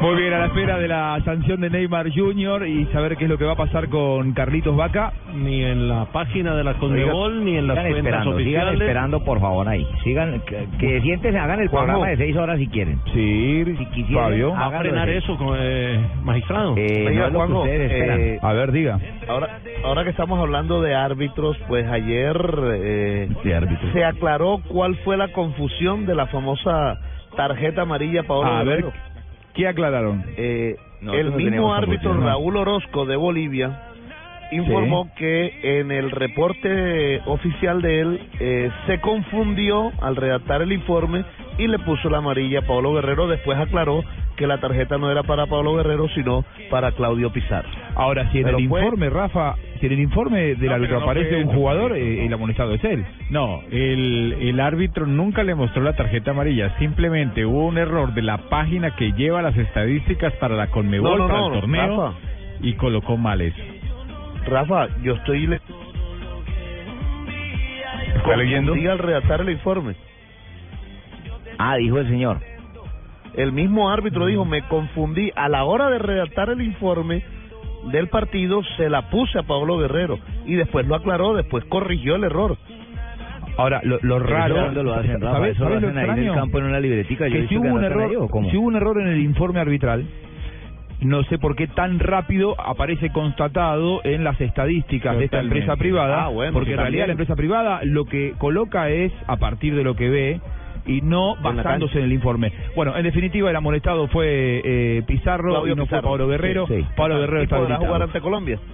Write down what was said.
Muy bien, a la espera de la sanción de Neymar Jr. y saber qué es lo que va a pasar con Carlitos Vaca. Ni en la página de la Condebol, ni en las Sigan cuentas esperando, sigan oficiales. esperando, por favor, ahí. Sigan, que, que siéntense, hagan el programa Juanjo. de seis horas si quieren. Sí, Si quisieran, Fabio. ¿Va a hágalo frenar de- eso, eh, magistrado? Eh, no es lo que ustedes esperan. A ver, diga. Ahora, ahora que estamos hablando de árbitros, pues ayer eh, se aclaró cuál fue la confusión de la famosa tarjeta amarilla Paola A ver, Guerrero. ¿qué aclararon? Eh, el Nosotros no mismo teníamos árbitro confusión, ¿no? Raúl Orozco de Bolivia informó que en el reporte oficial de él eh, se confundió al redactar el informe y le puso la amarilla a Pablo Guerrero. Después aclaró que la tarjeta no era para Pablo Guerrero, sino para Claudio Pizarro. Ahora, si en Pero el fue- informe, Rafa, si en el informe del árbitro aparece un jugador, eh, el amonestado es él. No, el, el árbitro nunca le mostró la tarjeta amarilla. Simplemente hubo un error de la página que lleva las estadísticas para la Conmebol, No, no, para no, el torneo, Rafa. y colocó mal eso. Rafa, yo estoy le- ¿Está leyendo? confundí al redactar el informe. Ah, dijo el señor. El mismo árbitro dijo, me confundí. A la hora de redactar el informe del partido, se la puse a Pablo Guerrero. Y después lo aclaró, después corrigió el error. Ahora, lo, lo raro. Eso lo hacen, Rafa, ¿sabes- eso lo sabes lo hacen ahí en el extraño? campo en una libretica. Yo he que visto si hubo que un anotan ahí, ¿o error, cómo? si hubo un error en el informe arbitral, no sé por qué tan rápido aparece constatado en las estadísticas de esta Totalmente. empresa privada, Ah, bueno, porque en también. realidad la empresa privada lo que coloca es a partir de lo que ve y no la basándose en el informe. Bueno, en definitiva el amonestado fue eh, Pizarro Claudio y no Pizarro. fue Pablo Guerrero. Sí, sí. Pablo Guerrero ¿Y está podrá habilitado. jugar ante Colombia?